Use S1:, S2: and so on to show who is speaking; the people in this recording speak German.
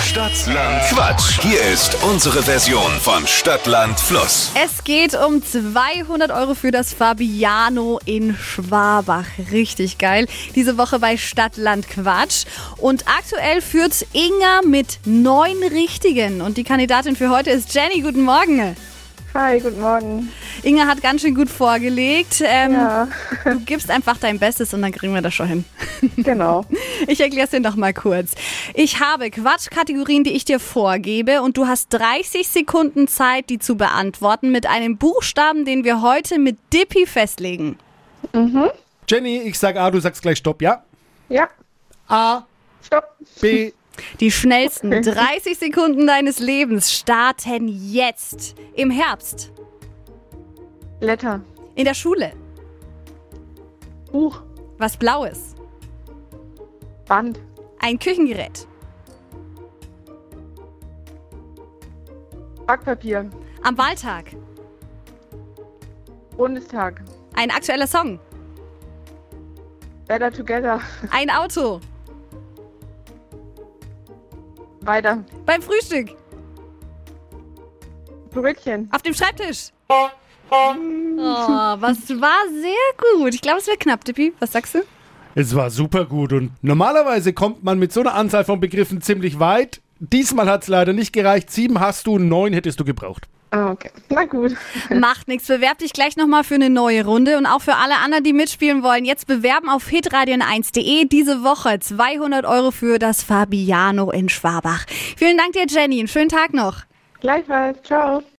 S1: Stadtland Quatsch. Hier ist unsere Version von Stadtland Fluss.
S2: Es geht um 200 Euro für das Fabiano in Schwabach. Richtig geil. Diese Woche bei Stadtland Quatsch. Und aktuell führt Inga mit neun Richtigen. Und die Kandidatin für heute ist Jenny. Guten Morgen.
S3: Hi, guten Morgen.
S2: Inga hat ganz schön gut vorgelegt. Ähm,
S3: Ja.
S2: Du gibst einfach dein Bestes und dann kriegen wir das schon hin.
S3: Genau.
S2: Ich erkläre es dir noch mal kurz. Ich habe Quatschkategorien, die ich dir vorgebe und du hast 30 Sekunden Zeit, die zu beantworten mit einem Buchstaben, den wir heute mit Dippy festlegen.
S4: Jenny, ich sag A, du sagst gleich Stopp, ja?
S3: Ja,
S4: A,
S3: stopp.
S4: B.
S2: Die schnellsten 30 Sekunden deines Lebens starten jetzt. Im Herbst,
S3: Blätter.
S2: in der Schule,
S3: Buch.
S2: was Blaues,
S3: Band.
S2: ein Küchengerät,
S3: Backpapier.
S2: am Wahltag,
S3: Bundestag.
S2: ein aktueller Song,
S3: Better Together.
S2: ein Auto,
S3: Weiter.
S2: beim Frühstück,
S3: Brötchen.
S2: auf dem Schreibtisch. Oh, was war sehr gut. Ich glaube, es wird knapp, Dippy. Was sagst du?
S4: Es war super gut und normalerweise kommt man mit so einer Anzahl von Begriffen ziemlich weit. Diesmal hat's leider nicht gereicht. Sieben hast du, neun hättest du gebraucht.
S3: Ah, okay. Na gut.
S2: Macht nichts. Bewerb dich gleich nochmal für eine neue Runde und auch für alle anderen, die mitspielen wollen. Jetzt bewerben auf hitradion1.de diese Woche 200 Euro für das Fabiano in Schwabach. Vielen Dank dir, Jenny. Einen schönen Tag noch.
S3: Gleichfalls. Ciao.